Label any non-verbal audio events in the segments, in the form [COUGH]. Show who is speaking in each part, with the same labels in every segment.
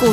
Speaker 1: 股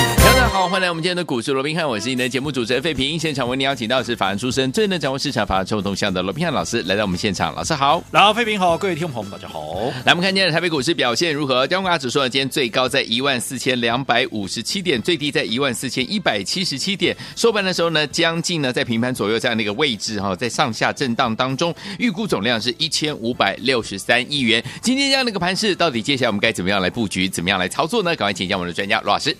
Speaker 2: 大家好，欢迎来我们今天的股市罗宾汉，我是你的节目主持人费平。现场为您邀请到的是法案出身、最能掌握市场法案臭动向的罗宾汉老师来到我们现场，老师好。
Speaker 3: 然后，费平好，各位听众朋友们，大家好。
Speaker 2: 来，我们看今天的台北股市表现如何？中华指数呢，今天最高在14,257点，最低在14,177点，收盘的时候呢，将近呢在平盘左右这样的一个位置哈、在上下震荡当中，预估总量是1,563亿元。今天这样的一个盘势，到底接下来我们该怎么样来布局，怎么样来操作呢？赶快请教我们的专家罗老师。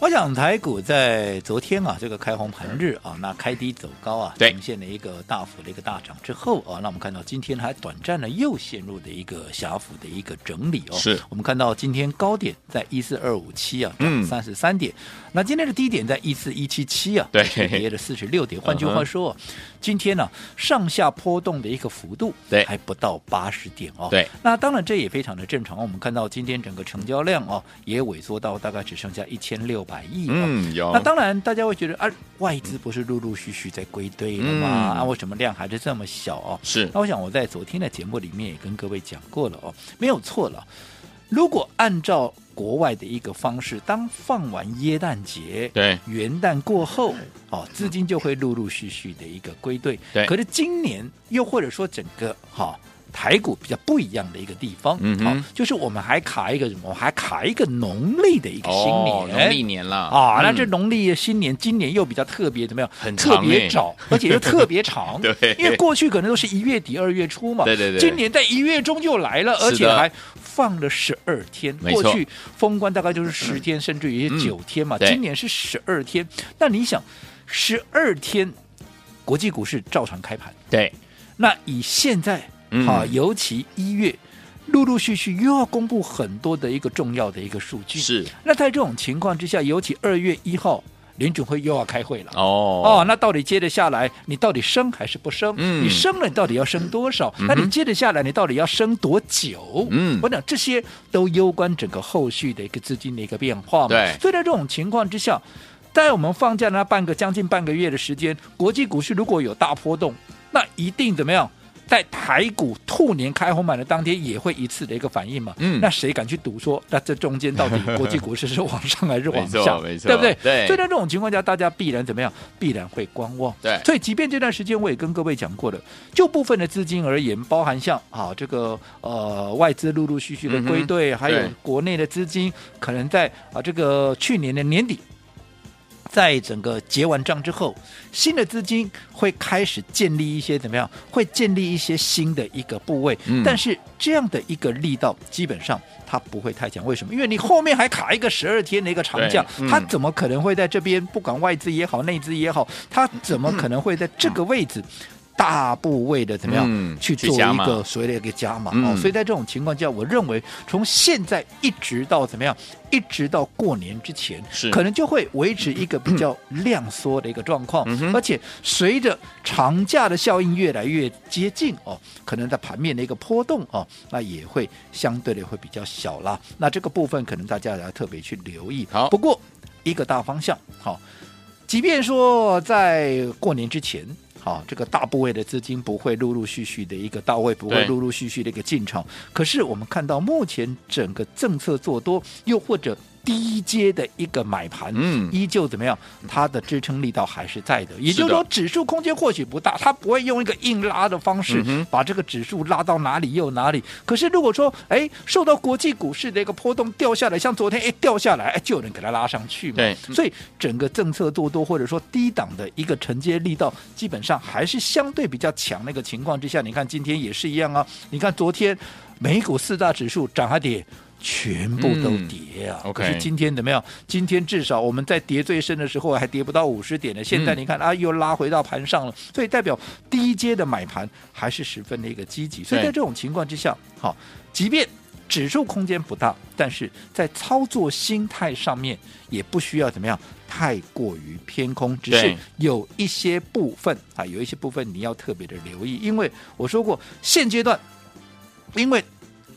Speaker 3: 我想台股在昨天啊，这个开红盘日啊，那开低走高啊，
Speaker 2: 对
Speaker 3: 呈现了一个大幅的一个大涨之后啊，那我们看到今天还短暂的又陷入的一个狭幅的一个整理哦。
Speaker 2: 是
Speaker 3: 我们看到今天高点在一四二五七啊，
Speaker 2: 嗯
Speaker 3: 涨三十三点、那今天的低点在一四一七七啊，
Speaker 2: 对
Speaker 3: 是跌了四十
Speaker 2: [LAUGHS]
Speaker 3: 六点。换句
Speaker 2: 嗯
Speaker 3: 话
Speaker 2: 哼
Speaker 3: 说、今天呢、上下波动的一个幅度
Speaker 2: 对
Speaker 3: 还不到八十点哦。
Speaker 2: 对，
Speaker 3: 那当然这也非常的正常。我们看到今天整个成交量哦也萎缩到大概只剩下一千六百亿、哦。
Speaker 2: 嗯，有
Speaker 3: 那当然，大家会觉得啊，外资不是陆陆续续在归队了吗？
Speaker 2: 嗯
Speaker 3: 啊，为什么量还是这么小哦？
Speaker 2: 是
Speaker 3: 那我想我在昨天的节目里面也跟各位讲过了哦，没有错了。如果按照国外的一个方式，当放完耶诞节，
Speaker 2: 对
Speaker 3: 元旦过后，哦，资金就会陆陆续续的一个归队。
Speaker 2: 对
Speaker 3: 可是今年又或者说整个哈、台股比较不一样的一个地方，
Speaker 2: 嗯哼
Speaker 3: 好就是我们还卡一个什么？我们还卡一个农历的一个新年，
Speaker 2: 哦，农历年了
Speaker 3: 啊，那这
Speaker 2: 嗯
Speaker 3: 农历新年今年又比较特别，怎么样？
Speaker 2: 很
Speaker 3: 特
Speaker 2: 长欸。
Speaker 3: 别早，而且又特别
Speaker 2: [LAUGHS]
Speaker 3: 长
Speaker 2: 对
Speaker 3: 因为过去可能都是一月底二月初嘛，
Speaker 2: 对对对
Speaker 3: 今年在一月中就来了，
Speaker 2: 是的
Speaker 3: 而且还放了十二天。
Speaker 2: 没错嗯
Speaker 3: 过去封关大概就是十天，甚至于九天嘛，
Speaker 2: 对
Speaker 3: 今年是十二天。那你想，十二天国际股市照常开盘，
Speaker 2: 对
Speaker 3: 那以现在
Speaker 2: 嗯
Speaker 3: 啊，尤其一月。陆陆续续又要公布很多的一个重要的一个数据，
Speaker 2: 是
Speaker 3: 那在这种情况之下，尤其二月一号，联准会又要开会了。
Speaker 2: 哦
Speaker 3: 那到底接着下来，你到底升还是不升？
Speaker 2: 嗯
Speaker 3: 你升了，你到底要升多少？
Speaker 2: 嗯哼
Speaker 3: 那你接着下来，你到底要升多久？
Speaker 2: 嗯
Speaker 3: 我讲这些都攸关整个后续的一个资金的一个变化嘛。
Speaker 2: 对
Speaker 3: 所以在这种情况之下，在我们放假那半个将近半个月的时间，国际股市如果有大波动，那一定怎么样？在台股兔年开红盘的当天，也会一次的一个反应嘛？
Speaker 2: 嗯
Speaker 3: 那谁敢去赌说，那这中间到底国际股市是往上还是往
Speaker 2: 没
Speaker 3: 下
Speaker 2: 错？没错
Speaker 3: 对不对？
Speaker 2: 对
Speaker 3: 所以在这种情况下，大家必然怎么样？必然会观望。
Speaker 2: 对
Speaker 3: 所以即便这段时间我也跟各位讲过了，就部分的资金而言，包含像啊这个呃外资陆陆续续的归队，还有
Speaker 2: 对
Speaker 3: 国内的资金可能在啊这个去年的年底。在整个结完账之后，新的资金会开始建立一些怎么样？会建立一些新的一个部位，
Speaker 2: 嗯
Speaker 3: 但是这样的一个力道基本上它不会太强。为什么？因为你后面还卡一个十二天的一个长假
Speaker 2: 对，嗯
Speaker 3: 它怎么可能会在这边？不管外资也好，内资也好，它怎么可能会在这个位置？大部位的怎么样、
Speaker 2: 嗯
Speaker 3: 去
Speaker 2: 去
Speaker 3: 做
Speaker 2: 加
Speaker 3: 一
Speaker 2: 码
Speaker 3: 个所谓的一个加码、
Speaker 2: 嗯
Speaker 3: 哦，所以在这种情况下，我认为从现在一直到怎么样，一直到过年之前，
Speaker 2: 是
Speaker 3: 可能就会维持一个比较量缩的一个状况，
Speaker 2: 嗯哼
Speaker 3: 而且随着长假的效应越来越接近哦，可能在盘面的一个波动哦，那也会相对的会比较小啦。那这个部分可能大家也要特别去留意。
Speaker 2: 好
Speaker 3: 不过一个大方向好、即便说在过年之前。好，这个大部位的资金不会陆陆续续的一个到位，不会
Speaker 2: 对
Speaker 3: 陆陆续续的一个进场。可是我们看到目前整个政策做多，又或者低阶的一个买盘，
Speaker 2: 嗯
Speaker 3: 依旧怎么样？它的支撑力道还是在的。也
Speaker 2: 是的
Speaker 3: 就是说，指数空间或许不大，它不会用一个硬拉的方式
Speaker 2: 嗯哼
Speaker 3: 把这个指数拉到哪里又哪里。可是如果说，哎，受到国际股市的一个波动掉下来，像昨天哎掉下来，哎就有人给它拉上去嘛。
Speaker 2: 对
Speaker 3: 所以整个政策做多或者说低档的一个承接力道，基本上还是相对比较强的一个情况之下，你看今天也是一样啊。你看昨天美股四大指数涨还跌，全部都
Speaker 2: 嗯
Speaker 3: 跌啊。
Speaker 2: OK
Speaker 3: 可是今天怎么样？今天至少我们在跌最深的时候还跌不到五十点呢，现在
Speaker 2: 嗯
Speaker 3: 你看、啊又拉回到盘上了，所以代表低阶的买盘还是十分的一个积极。所以
Speaker 2: 对
Speaker 3: 在这种情况之下，好，即便指数空间不大，但是在操作心态上面也不需要怎么样太过于偏空，只是
Speaker 2: 对
Speaker 3: 有一些部分啊，有一些部分你要特别的留意，因为我说过现阶段，因为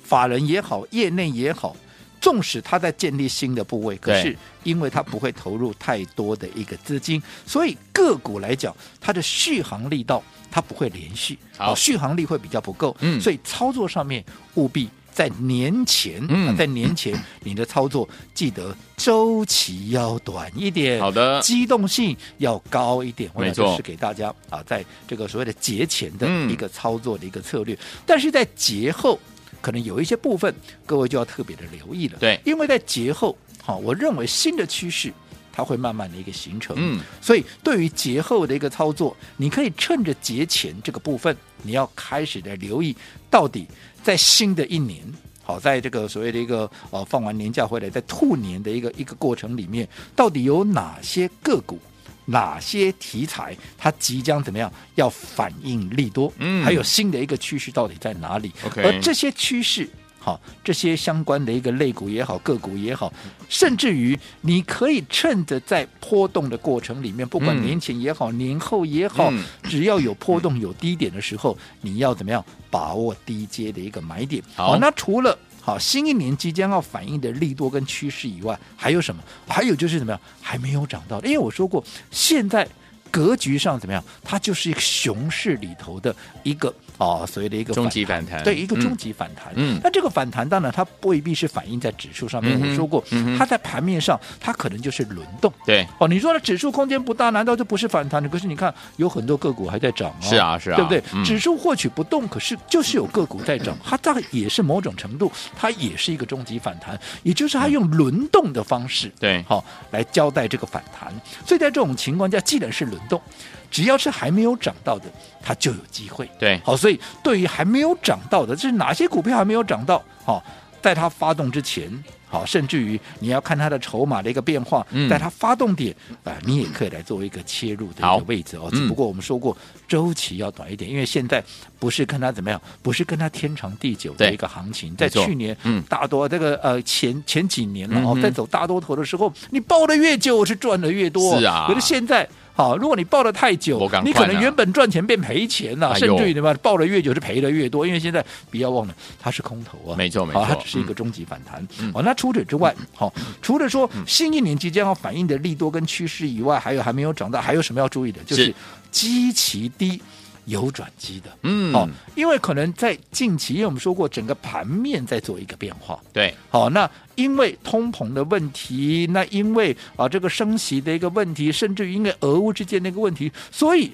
Speaker 3: 法人也好，业内也好。纵使他在建立新的部位，可
Speaker 2: 对
Speaker 3: 是因为他不会投入太多的一个资金，所以个股来讲，它的续航力道它不会连续，
Speaker 2: 好
Speaker 3: 哦续航力会比较不够，
Speaker 2: 嗯
Speaker 3: 所以操作上面务必在年前，
Speaker 2: 嗯
Speaker 3: 啊在年前你的操作记得周期要短一点，
Speaker 2: 好的
Speaker 3: 机动性要高一点，我
Speaker 2: 呃没
Speaker 3: 想
Speaker 2: 错
Speaker 3: 这是给大家啊，在这个所谓的节前的
Speaker 2: 嗯
Speaker 3: 一个操作的一个策略，但是在节后。可能有一些部分，各位就要特别的留意了。
Speaker 2: 对
Speaker 3: 因为在节后，好、我认为新的趋势它会慢慢的一个形成。
Speaker 2: 嗯，
Speaker 3: 所以对于节后的一个操作，你可以趁着节前这个部分，你要开始的留意到底在新的一年。好，在这个所谓的一个呃放完年假回来，在兔年的一个一个过程里面，到底有哪些个股、哪些题材，它即将怎么样要反应利多？
Speaker 2: 嗯
Speaker 3: 还有新的一个趋势到底在哪里？
Speaker 2: OK
Speaker 3: 而这些趋势，好，这些相关的一个类股也好，个股也好，甚至于你可以趁着在波动的过程里面，不管
Speaker 2: 嗯
Speaker 3: 年前也好，年后也好，
Speaker 2: 嗯
Speaker 3: 只要有波动、有低点的时候，你要怎么样把握低阶的一个买点？
Speaker 2: 好
Speaker 3: 那除了好，新一年即将要反映的利多跟趋势以外，还有什么？还有就是怎么样，还没有涨到的，因为我说过，现在格局上怎么样，它就是一个熊市里头的一个啊、所谓的一个
Speaker 2: 终极反弹，
Speaker 3: 对，一个终
Speaker 2: 嗯
Speaker 3: 极反弹。
Speaker 2: 嗯
Speaker 3: 那这个反弹当然它未必是反映在指数上面。
Speaker 2: 嗯哼
Speaker 3: 我说过
Speaker 2: 嗯哼，
Speaker 3: 它在盘面上它可能就是轮动。
Speaker 2: 对，
Speaker 3: 哦，你说的指数空间不大，难道就不是反弹的？可是你看，有很多个股还在涨啊，
Speaker 2: 是啊是啊
Speaker 3: 对不对？
Speaker 2: 嗯
Speaker 3: 指数或许不动，可是就是有个股在涨，它大概也是某种程度，它也是一个终极反弹，也就是它用轮动的方式，
Speaker 2: 嗯对
Speaker 3: 好、来交代这个反弹。所以在这种情况下，既然是轮动，只要是还没有涨到的，它就有机会。
Speaker 2: 对，
Speaker 3: 好，所以对于还没有涨到的，这是哪些股票还没有涨到？好、在它发动之前，好、甚至于你要看它的筹码的一个变化，
Speaker 2: 嗯
Speaker 3: 在它发动点啊、你也可以来作为一个切入的
Speaker 2: 好
Speaker 3: 一个位置哦。
Speaker 2: 嗯
Speaker 3: 只不过我们说过，周期要短一点，因为现在不是跟它怎么样，不是跟它天长地久的
Speaker 2: 对
Speaker 3: 一个行情。
Speaker 2: 没
Speaker 3: 在
Speaker 2: 错
Speaker 3: 去年，
Speaker 2: 嗯
Speaker 3: 大多这个呃前前几年了、
Speaker 2: 嗯
Speaker 3: 哦
Speaker 2: 哼，
Speaker 3: 在走大多头的时候，你抱的越久是赚的越多，
Speaker 2: 是啊
Speaker 3: 可是现在。好，如果你抱的太久
Speaker 2: 没赶，
Speaker 3: 你
Speaker 2: 快
Speaker 3: 可能
Speaker 2: 呢
Speaker 3: 原本赚钱变赔钱了、
Speaker 2: 哎呦
Speaker 3: 甚至于对吧？抱的越久是赔的越多，因为现在不要忘了它是空头啊，
Speaker 2: 没错没嗯
Speaker 3: 好
Speaker 2: 错
Speaker 3: 它只是一个终极反弹。好、那除此之外，好、除了
Speaker 2: 嗯
Speaker 3: 说新一年即将要反映的利多跟趋势以外，还有还没有涨到，还有什么要注意的？就是是基期低。有转机的，
Speaker 2: 嗯
Speaker 3: 好、因为可能在近期，因为我们说过，整个盘面在做一个变化，
Speaker 2: 对，
Speaker 3: 好，那因为通膨的问题，那因为啊这个升息的一个问题，甚至于因为俄乌之间的一个问题，所以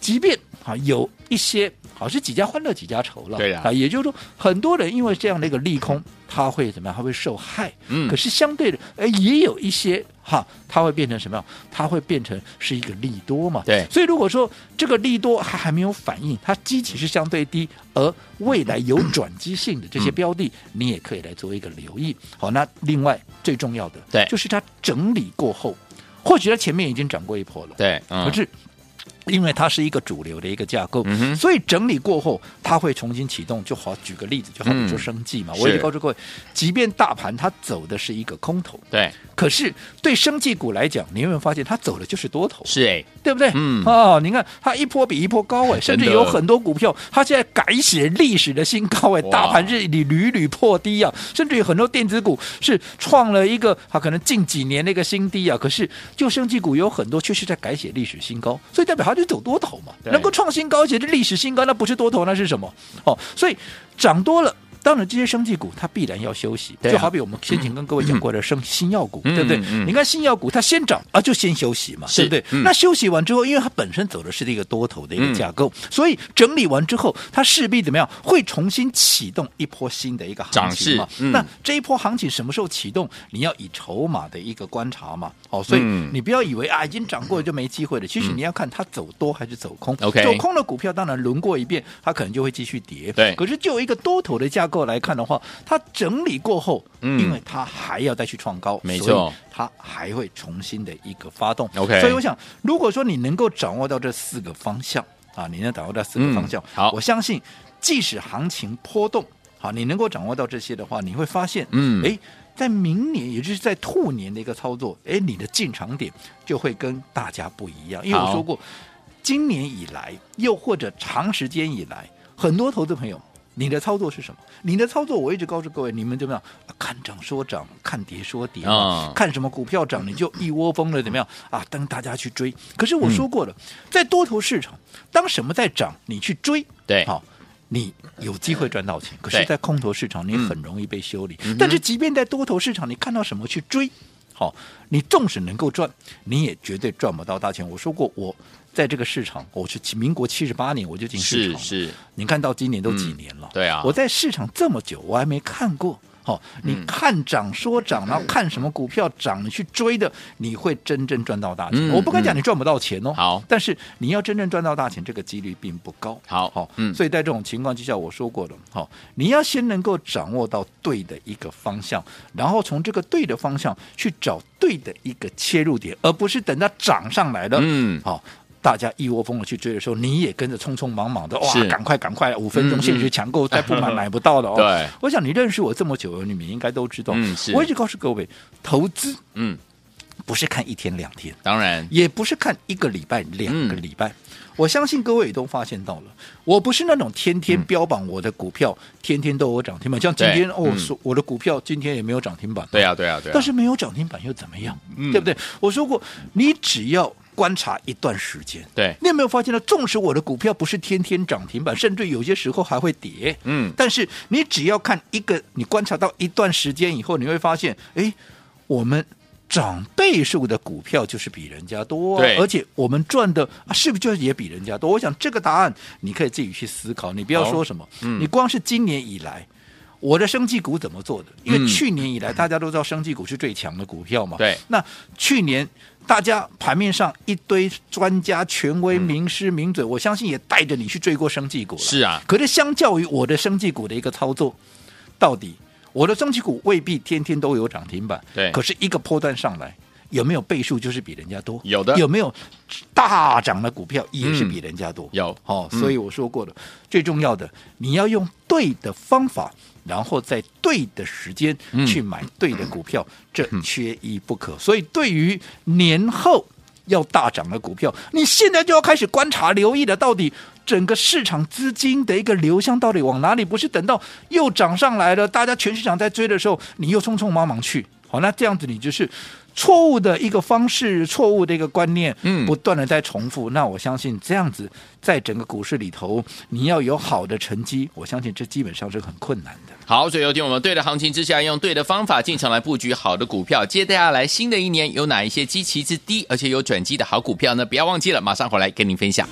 Speaker 3: 即便啊有一些好是几家欢乐几家愁了，
Speaker 2: 对呀
Speaker 3: 啊，也就是说很多人因为这样的一个利空，他会怎么样？他会受害。
Speaker 2: 嗯
Speaker 3: 可是相对的，哎，也有一些哈，它会变成什么样？它会变成是一个利多嘛？
Speaker 2: 对
Speaker 3: 所以如果说这个利多还还没有反应，它基期是相对低，而未来有转机性的这些标的，你也可以来做一个留意。好，那另外最重要的，
Speaker 2: 对
Speaker 3: 就是它整理过后，或许它前面已经涨过一波了，
Speaker 2: 对，嗯
Speaker 3: 可是因为它是一个主流的一个架构，
Speaker 2: 嗯哼
Speaker 3: 所以整理过后，它会重新启动。就好，举个例子，就好
Speaker 2: 嗯
Speaker 3: 比说生计嘛，
Speaker 2: 是
Speaker 3: 我也告诉各位，即便大盘它走的是一个空头，
Speaker 2: 对，
Speaker 3: 可是对生计股来讲，你有没有发现它走的就是多头？
Speaker 2: 是哎，
Speaker 3: 对不对？
Speaker 2: 嗯
Speaker 3: 哦，你看它一波比一波
Speaker 2: [LAUGHS]
Speaker 3: 高哎，甚
Speaker 2: 真
Speaker 3: 至
Speaker 2: 的
Speaker 3: 有很多股票，它现在改写历史的新高哎，
Speaker 2: 哇
Speaker 3: 大盘是屡屡屡破低啊，甚至有很多电子股是创了一个啊，可能近几年的一个新低啊。可是就生技股有很多却是在改写历史新高，所以代表它就走多头嘛，
Speaker 2: 对
Speaker 3: 能够创新高，而且是历史新高，那不是多头，那是什么？哦，所以涨多了。当然，这些生技股它必然要休息，
Speaker 2: 对啊
Speaker 3: 就好比我们先前跟各位讲过的生新药股，
Speaker 2: 嗯
Speaker 3: 对不对？
Speaker 2: 嗯
Speaker 3: 你看新药股它先涨啊，就先休息嘛，
Speaker 2: 是
Speaker 3: 对不对？
Speaker 2: 嗯
Speaker 3: 那那休息完之后，因为它本身走的是一个多头的一个架构，
Speaker 2: 嗯
Speaker 3: 所以整理完之后，它势必怎么样？会重新启动一波新的一个行情嘛
Speaker 2: 涨势？嗯
Speaker 3: 那这一波行情什么时候启动？你要以筹码的一个观察嘛。哦，所以
Speaker 2: 嗯
Speaker 3: 你不要以为啊已经涨过了就没机会了，其实你要看它走多还是走空。
Speaker 2: OK
Speaker 3: 走空的股票当然轮过一遍，它可能就会继续跌。
Speaker 2: 对
Speaker 3: 可是就一个多头的架构来看的话，它整理过后，
Speaker 2: 嗯
Speaker 3: 因为它还要再去创高，
Speaker 2: 没错
Speaker 3: 所以它还会重新的一个发动。
Speaker 2: 哦 OK
Speaker 3: 所以我想，如果说你能够掌握到这四个方向啊，你能掌握到四个方向，
Speaker 2: 嗯好
Speaker 3: 我相信即使行情波动，好，你能够掌握到这些的话，你会发现，
Speaker 2: 嗯
Speaker 3: 哎。在明年，也就是在兔年的一个操作，哎，你的进场点就会跟大家不一样。因为我
Speaker 2: 好
Speaker 3: 说过，今年以来，又或者长时间以来，很多投资朋友你的操作是什么？你的操作，我一直告诉各位，你们怎么样？啊看涨说涨，看跌说跌嘛
Speaker 2: 啊
Speaker 3: 看什么股票涨，
Speaker 2: [COUGHS]
Speaker 3: 你就一窝蜂的怎么样啊？当大家去追。可是我
Speaker 2: 嗯
Speaker 3: 说过了，在多头市场，当什么在涨，你去追，
Speaker 2: 对
Speaker 3: 好。你有机会赚到钱，可是
Speaker 2: 对，
Speaker 3: 在空头市场你
Speaker 2: 嗯
Speaker 3: 很容易被修理。
Speaker 2: 嗯哼
Speaker 3: 但是，即便在多头市场，你看到什么去追，好，你纵使能够赚，你也绝对赚不到大钱。我说过，我在这个市场，我是民国七十八年我就进市场
Speaker 2: 是
Speaker 3: 了，
Speaker 2: 是，
Speaker 3: 你看到今年都几年了？
Speaker 2: 对啊
Speaker 3: 我在市场这么久，我还没看过。哦，你
Speaker 2: 嗯
Speaker 3: 看涨说涨，然后看什么股票涨，你去追的，你会真正赚到大钱。
Speaker 2: 嗯
Speaker 3: 我不敢
Speaker 2: 嗯
Speaker 3: 讲你赚不到钱哦，
Speaker 2: 好
Speaker 3: 但是你要真正赚到大钱，这个几率并不高。
Speaker 2: 好
Speaker 3: 好、
Speaker 2: 嗯
Speaker 3: 所以在这种情况之下，我说过了，好、你要先能够掌握到对的一个方向，然后从这个对的方向去找对的一个切入点，而不是等它涨上来了，
Speaker 2: 嗯
Speaker 3: 好、大家一窝蜂的去追的时候，你也跟着匆匆忙忙的，哇
Speaker 2: 是，
Speaker 3: 赶快赶快，五
Speaker 2: 嗯
Speaker 3: 分钟限时抢购，再不买买不到了哦。
Speaker 2: 对，
Speaker 3: 我想你认识我这么久，你们应该都知道，
Speaker 2: 嗯是
Speaker 3: 我一直告诉各位，投资
Speaker 2: 嗯，
Speaker 3: 不是看一天两天，
Speaker 2: 当然，
Speaker 3: 也不是看一个礼拜、两个礼
Speaker 2: 嗯
Speaker 3: 拜。我相信各位也都发现到了，我不是那种天天标榜我的股票，天天都有涨停板。像今天
Speaker 2: 嗯对
Speaker 3: 哦
Speaker 2: 嗯，
Speaker 3: 说我的股票今天也没有涨停板，
Speaker 2: 对啊对嗯啊对啊，
Speaker 3: 但是没有涨停板又怎么样？对不对？我说过，你只要观察一段时间，
Speaker 2: 对
Speaker 3: 你有没有发现呢？纵使我的股票不是天天涨停板，甚至有些时候还会跌，
Speaker 2: 嗯
Speaker 3: 但是你只要看一个，你观察到一段时间以后，你会发现，哎，我们。涨倍数的股票就是比人家多、啊
Speaker 2: 对，
Speaker 3: 而且我们赚的、啊、是不是就也比人家多？我想这个答案你可以自己去思考，你不要
Speaker 2: 好
Speaker 3: 说什么，
Speaker 2: 嗯
Speaker 3: 你光是今年以来，我的生技股怎么做的？因
Speaker 2: 嗯
Speaker 3: 为去年以
Speaker 2: [LAUGHS]
Speaker 3: 来，大家都知道生技股是最强的股票嘛。
Speaker 2: 对
Speaker 3: 那去年大家盘面上一堆专家、权威、名师、名嘴，我相信也带着你去追过生技股
Speaker 2: 嗯
Speaker 3: 了。
Speaker 2: 是啊
Speaker 3: 可是相较于我的生技股的一个操作，到底我的生技股未必天天都有涨停板，
Speaker 2: 对
Speaker 3: 可是一个波段上来。有没有倍数就是比人家多？
Speaker 2: 有的
Speaker 3: 有没有大涨的股票也是比人家多？
Speaker 2: 有
Speaker 3: 哦，
Speaker 2: 嗯
Speaker 3: 所以我说过了，最重要的你要用对的方法，然后在对的时间
Speaker 2: 嗯
Speaker 3: 去买对的股票，这缺一不可。所以对于年后要大涨的股票，你现在就要开始观察、留意了，到底。整个市场资金的一个流向到底往哪里？不是等到又涨上来了，大家全市场在追的时候，你又匆匆忙忙去。好，那这样子你就是错误的一个方式，错误的一个观念，
Speaker 2: 嗯
Speaker 3: 不断的在重复。那我相信这样子，在整个股市里头，你要有好的成绩，我相信这基本上是很困难的。
Speaker 2: 好，所以有听我们对的行情之下，用对的方法进场来布局好的股票。接下来新的一年有哪一些基期之低，而且有转机的好股票呢？不要忘记了，马上回来跟您分享。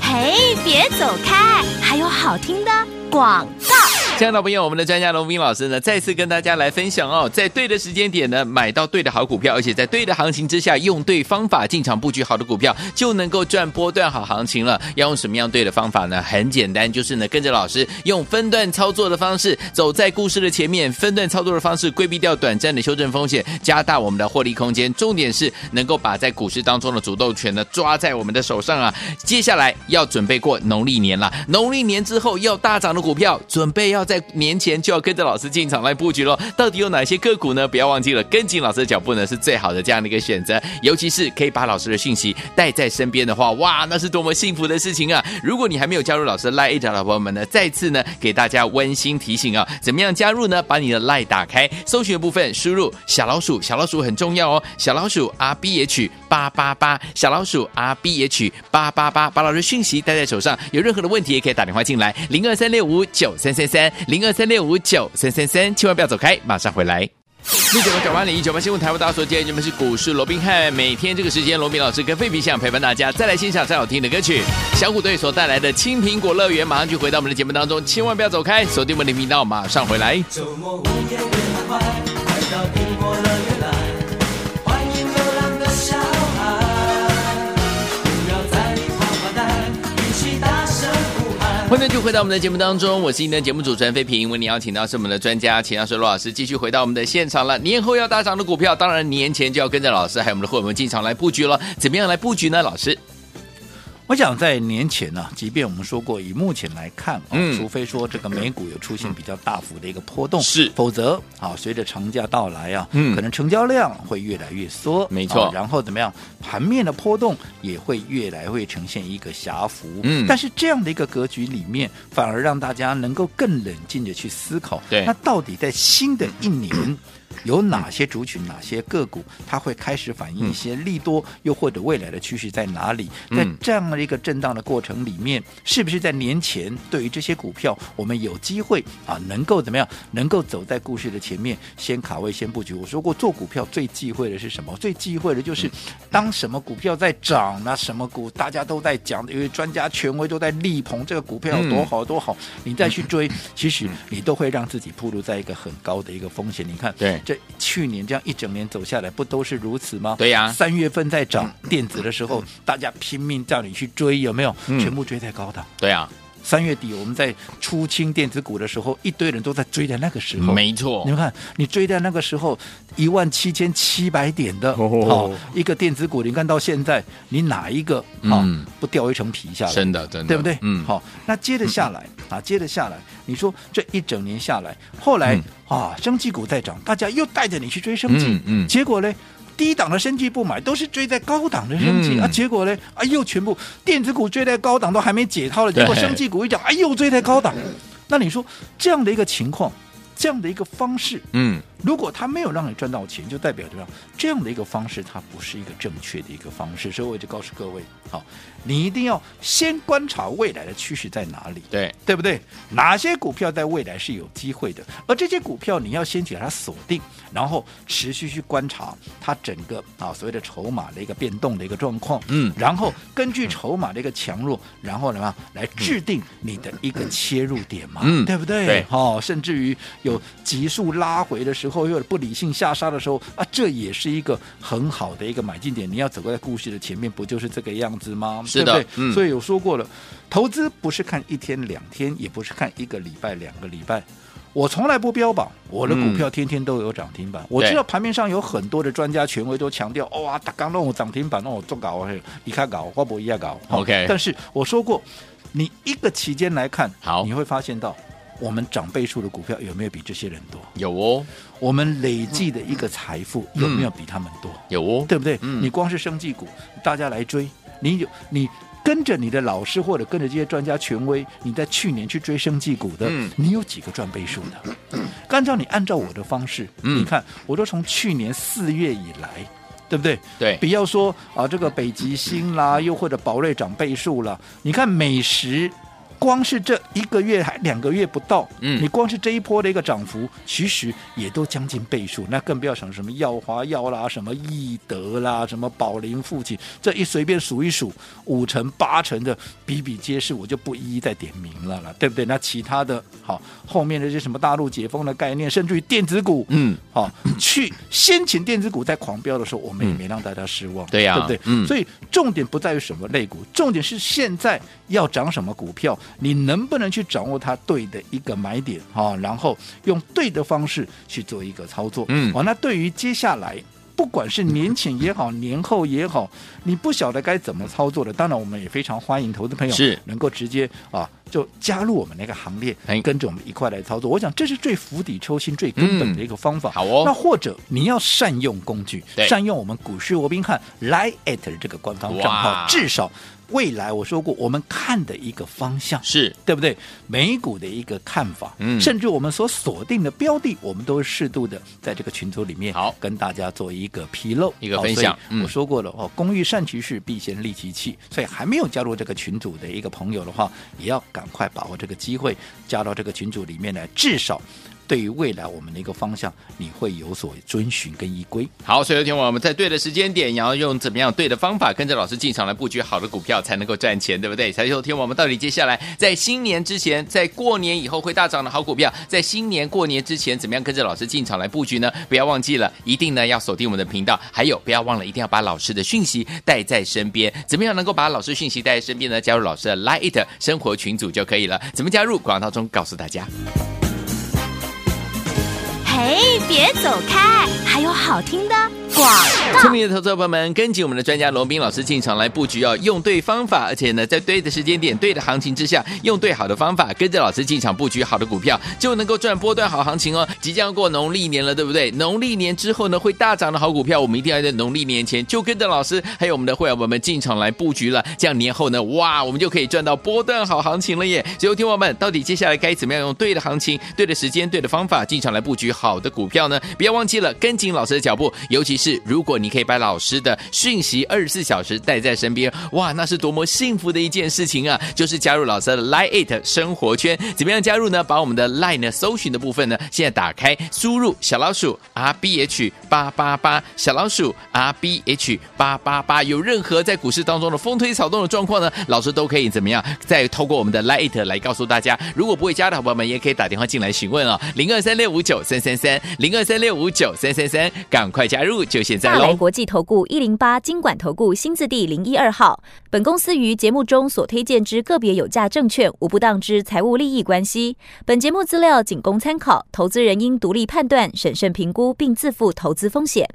Speaker 1: 嘿，别走开，还有好听的广告。
Speaker 2: 亲爱的朋友，我们的专家龙斌老师呢，再次跟大家来分享哦，在对的时间点呢，买到对的好股票，而且在对的行情之下，用对方法进场布局好的股票，就能够赚波段好行情了。要用什么样对的方法呢？很简单，就是呢，跟着老师用分段操作的方式，走在故事的前面，分段操作的方式，规避掉短暂的修正风险，加大我们的获利空间。重点是能够把在股市当中的主动权呢，抓在我们的手上啊。接下来要准备过农历年了，农历年之后要大涨的股票，准备要在年前就要跟着老师进场来布局喽。到底有哪些个股呢？不要忘记了，跟紧老师的脚步呢是最好的这样的一个选择。尤其是可以把老师的讯息带在身边的话，哇，那是多么幸福的事情啊！如果你还没有加入老师 Line 的朋友们呢，再次呢给大家温馨提醒啊，怎么样加入呢？把你的 Line 打开，搜寻的部分输入小老鼠，小老鼠很重要哦，小老鼠 R B H 八八八，小老鼠 R B H 八八八，把老师讯息带在手上，有任何的问题也可以打电话进来，零二三六五九三三三，零二三六五九三三三，千万不要走开，马上回来。六九八九八零一九八新闻台，为大家所见，你们是股市罗宾汉。每天这个时间，罗宾老师跟费皮想陪伴大家，再来欣赏最好听的歌曲。小虎队所带来的《青苹果乐园》，马上就回到我们的节目当中，千万不要走开，锁定我们的频道，马上回来。
Speaker 4: 周末午夜别太快，快到苹果乐园来，欢迎流浪的小孩，不要在里发发呆，一起大声呼喊。
Speaker 2: 欢迎就回到我们的节目当中，我是今天的节目主持人费平。为你邀请到是我们的专家钱教授罗老师，继续回到我们的现场了。年后要大涨的股票，当然年前就要跟着老师还有我们的会员们进场来布局了。怎么样来布局呢？老师，
Speaker 3: 我想在年前呢、即便我们说过，以目前来看、啊，
Speaker 2: 嗯
Speaker 3: 除非说这个美股有出现比较大幅的一个波动，
Speaker 2: 是
Speaker 3: 否则啊，随着长假到来啊，
Speaker 2: 嗯
Speaker 3: 可能成交量会越来越缩，
Speaker 2: 没错
Speaker 3: 啊然后怎么样，盘面的波动也会越来会呈现一个狭幅，
Speaker 2: 嗯
Speaker 3: 但是这样的一个格局里面，反而让大家能够更冷静的去思考，
Speaker 2: 对
Speaker 3: 那到底在新的一年。有哪些族群、哪些个股，它会开始反映一些利多，又或者未来的趋势在哪里？
Speaker 2: 嗯
Speaker 3: 在这样的一个震荡的过程里面，是不是在年前对于这些股票，我们有机会啊，能够怎么样？能够走在故事的前面，先卡位，先布局。我说过，做股票最忌讳的是什么？最忌讳的就是当什么股票在涨那什么股大家都在讲，因为专家权威都在力捧这个股票有多好多好，你再去追，其实你都会让自己暴露在一个很高的一个风险。你看，
Speaker 2: 对
Speaker 3: 这去年这样一整年走下来，不都是如此吗？
Speaker 2: 对呀
Speaker 3: 三月份在涨电子的时候，大家拼命叫你去追，有没有？
Speaker 2: 嗯
Speaker 3: 全部追在高档。
Speaker 2: 对啊，
Speaker 3: 三月底我们在出清电子股的时候，一堆人都在追在那个时候。
Speaker 2: 没错
Speaker 3: 你，们看，你追在那个时候一万七千七百点的
Speaker 2: 哦
Speaker 3: 哦，一个电子股，你看到现在，你哪一个啊、
Speaker 2: 嗯
Speaker 3: 不掉一层皮下来？
Speaker 2: 真的真的，
Speaker 3: 对不对？
Speaker 2: 嗯，，
Speaker 3: 好，那接着下来啊，接着下来，你说这一整年下来，后来
Speaker 2: 嗯
Speaker 3: 啊，生技股在涨，大家又带着你去追生技
Speaker 2: 嗯，嗯
Speaker 3: 结果呢？低档的生技不买，都是追在高档的生技、
Speaker 2: 嗯
Speaker 3: 啊。结果呢，啊又全部电子股追在高档都还没解套了，
Speaker 2: 对
Speaker 3: 结果生技股一涨，哎又追在高档。那你说这样的一个情况，这样的一个方式，
Speaker 2: 嗯，
Speaker 3: 如果他没有让你赚到钱，就代表着这样的一个方式，它不是一个正确的一个方式。所以我就告诉各位，好，你一定要先观察未来的趋势在哪里，
Speaker 2: 对，
Speaker 3: 对不对？哪些股票在未来是有机会的，而这些股票你要先给它锁定，然后持续去观察它整个啊所谓的筹码的一个变动的一个状况，
Speaker 2: 嗯
Speaker 3: 然后根据筹码的一个强弱，然后呢来制定你的一个切入点嘛，
Speaker 2: 嗯
Speaker 3: 对不对？
Speaker 2: 对
Speaker 3: 哦，甚至于有急速拉回的时候，或者不理性下杀的时候啊，这也是一个很好的一个买进点。你要走在故事的前面，不就是这个样子吗？
Speaker 2: 是的
Speaker 3: 对不对
Speaker 2: 嗯
Speaker 3: 所以有说过了，投资不是看一天两天，也不是看一个礼拜两个礼拜。我从来不标榜我的股票天天都有涨停板。我知道盘面上有很多的专家权威都强调，哇，打刚弄我涨停板，哦弄我做搞，你看搞，我不一样搞。
Speaker 2: OK
Speaker 3: 但是我说过，你一个期间来看，
Speaker 2: 好
Speaker 3: 你会发现到我们涨倍数的股票有没有比这些人多？
Speaker 2: 有哦，
Speaker 3: 我们累计的一个财富
Speaker 2: 嗯
Speaker 3: 有没有比他们多？
Speaker 2: 有哦，
Speaker 3: 对不对？
Speaker 2: 嗯
Speaker 3: 你光是生技股，大家来追，你有你跟着你的老师或者跟着这些专家权威，你在去年去追生技股的，
Speaker 2: 嗯
Speaker 3: 你有几个赚倍数的？按照你按照我的方式，
Speaker 2: 嗯
Speaker 3: 你看，我都从去年四月以来。对不对？
Speaker 2: 对嗯
Speaker 3: 不要说啊，这个北极星啦，又或者宝瑞涨倍数了。你看美食，光是这一个月还两个月不到，
Speaker 2: 嗯
Speaker 3: 你光是这一波的一个涨幅，其实也都将近倍数。那更不要想什么耀华药啦、什么易德啦、什么宝林父亲，这一随便数一数，五成八成的比比皆是，我就不一一再点名了啦，对不对？那其他的，好，后面的这些什么大陆解封的概念，甚至于电子股，
Speaker 2: 嗯，
Speaker 3: 好、去先前电子股在狂飙的时候，我们也没让大家失望，
Speaker 2: 嗯对呀
Speaker 3: 对不对？
Speaker 2: 嗯
Speaker 3: 所以重点不在于什么类股，重点是现在要涨什么股票，你能不能去掌握它对的一个买点啊、哦然后用对的方式去做一个操作，
Speaker 2: 嗯
Speaker 3: 好、那对于接下来。不管是年前也好，年后也好，你不晓得该怎么操作的，当然我们也非常欢迎投资朋友
Speaker 2: 是
Speaker 3: 能够直接啊就加入我们那个行列
Speaker 2: 哎，
Speaker 3: 跟着我们一块来操作。我想这是最釜底抽薪、最根本的一个方法。
Speaker 2: 好哦
Speaker 3: 那或者你要善用工具
Speaker 2: 对，
Speaker 3: 善用我们股市罗宾汉 Line at 这个官方账
Speaker 2: 哇
Speaker 3: 号，至少未来我说过，我们看的一个方向。
Speaker 2: 是，
Speaker 3: 对不对？美股的一个看法，
Speaker 2: 嗯
Speaker 3: 甚至我们所锁定的标的，我们都是适度的在这个群组里面
Speaker 2: 好
Speaker 3: 跟大家做一个披露、
Speaker 2: 一个
Speaker 3: 好
Speaker 2: 分享
Speaker 3: 所以
Speaker 2: 嗯
Speaker 3: 我说过了哦，工欲善其事，必先利其器。所以还没有加入这个群组的一个朋友的话，也要赶快把握这个机会，加到这个群组里面来，至少。对于未来我们的一个方向，你会有所遵循跟依规。
Speaker 2: 好，所以有天我们在对的时间点，然后用怎么样对的方法，跟着老师进场来布局好的股票，才能够赚钱，对不对？才有天我们到底接下来在新年之前，在过年以后会大涨的好股票，在新年过年之前，怎么样跟着老师进场来布局呢？不要忘记了，一定呢要锁定我们的频道，还有不要忘了，一定要把老师的讯息带在身边。怎么样能够把老师讯息带在身边呢？加入老师的 Lite It 生活群组就可以了。怎么加入？广告当中告诉大家。
Speaker 1: 嘿，别走开，还有好听的广告。
Speaker 2: 聪明的投资者朋友们，跟紧我们的专家龙斌老师进场来布局哦，用对方法，而且呢，在对的时间点、对的行情之下，用对好的方法，跟着老师进场布局好的股票，就能够赚波段好行情哦。即将要过农历年了，对不对？农历年之后呢，会大涨的好股票，我们一定要在农历年前就跟着老师还有我们的会员朋友们进场来布局了。这样年后呢，哇，我们就可以赚到波段好行情了耶！所以，听友们，到底接下来该怎么样用对的行情、对的时间、对的方法进场来布局好的股票呢？不要忘记了跟紧老师的脚步，尤其是如果你可以把老师的讯息二十四小时带在身边，哇，那是多么幸福的一件事情啊！就是加入老师的 Line It 生活圈，怎么样加入呢？把我们的 Line 呢搜寻的部分呢，现在打开，输入小老鼠 R B H 八八八，小老鼠 R B H 八八八，有任何在股市当中的风吹草动的状况呢，老师都可以怎么样？再透过我们的 Line It 来告诉大家。如果不会加的好朋友们，也可以打电话进来询问哦，零二三六五九三三三，零二三六五九三三三，赶快加入，就现在
Speaker 1: 大来
Speaker 2: 喽！
Speaker 1: 国际投顾一零八金管投顾新字第零一二号。本公司于节目中所推荐之个别有价证券，无不当之财务利益关系。本节目资料仅供参考，投资人应独立判断、审慎评估，并自负投资风险。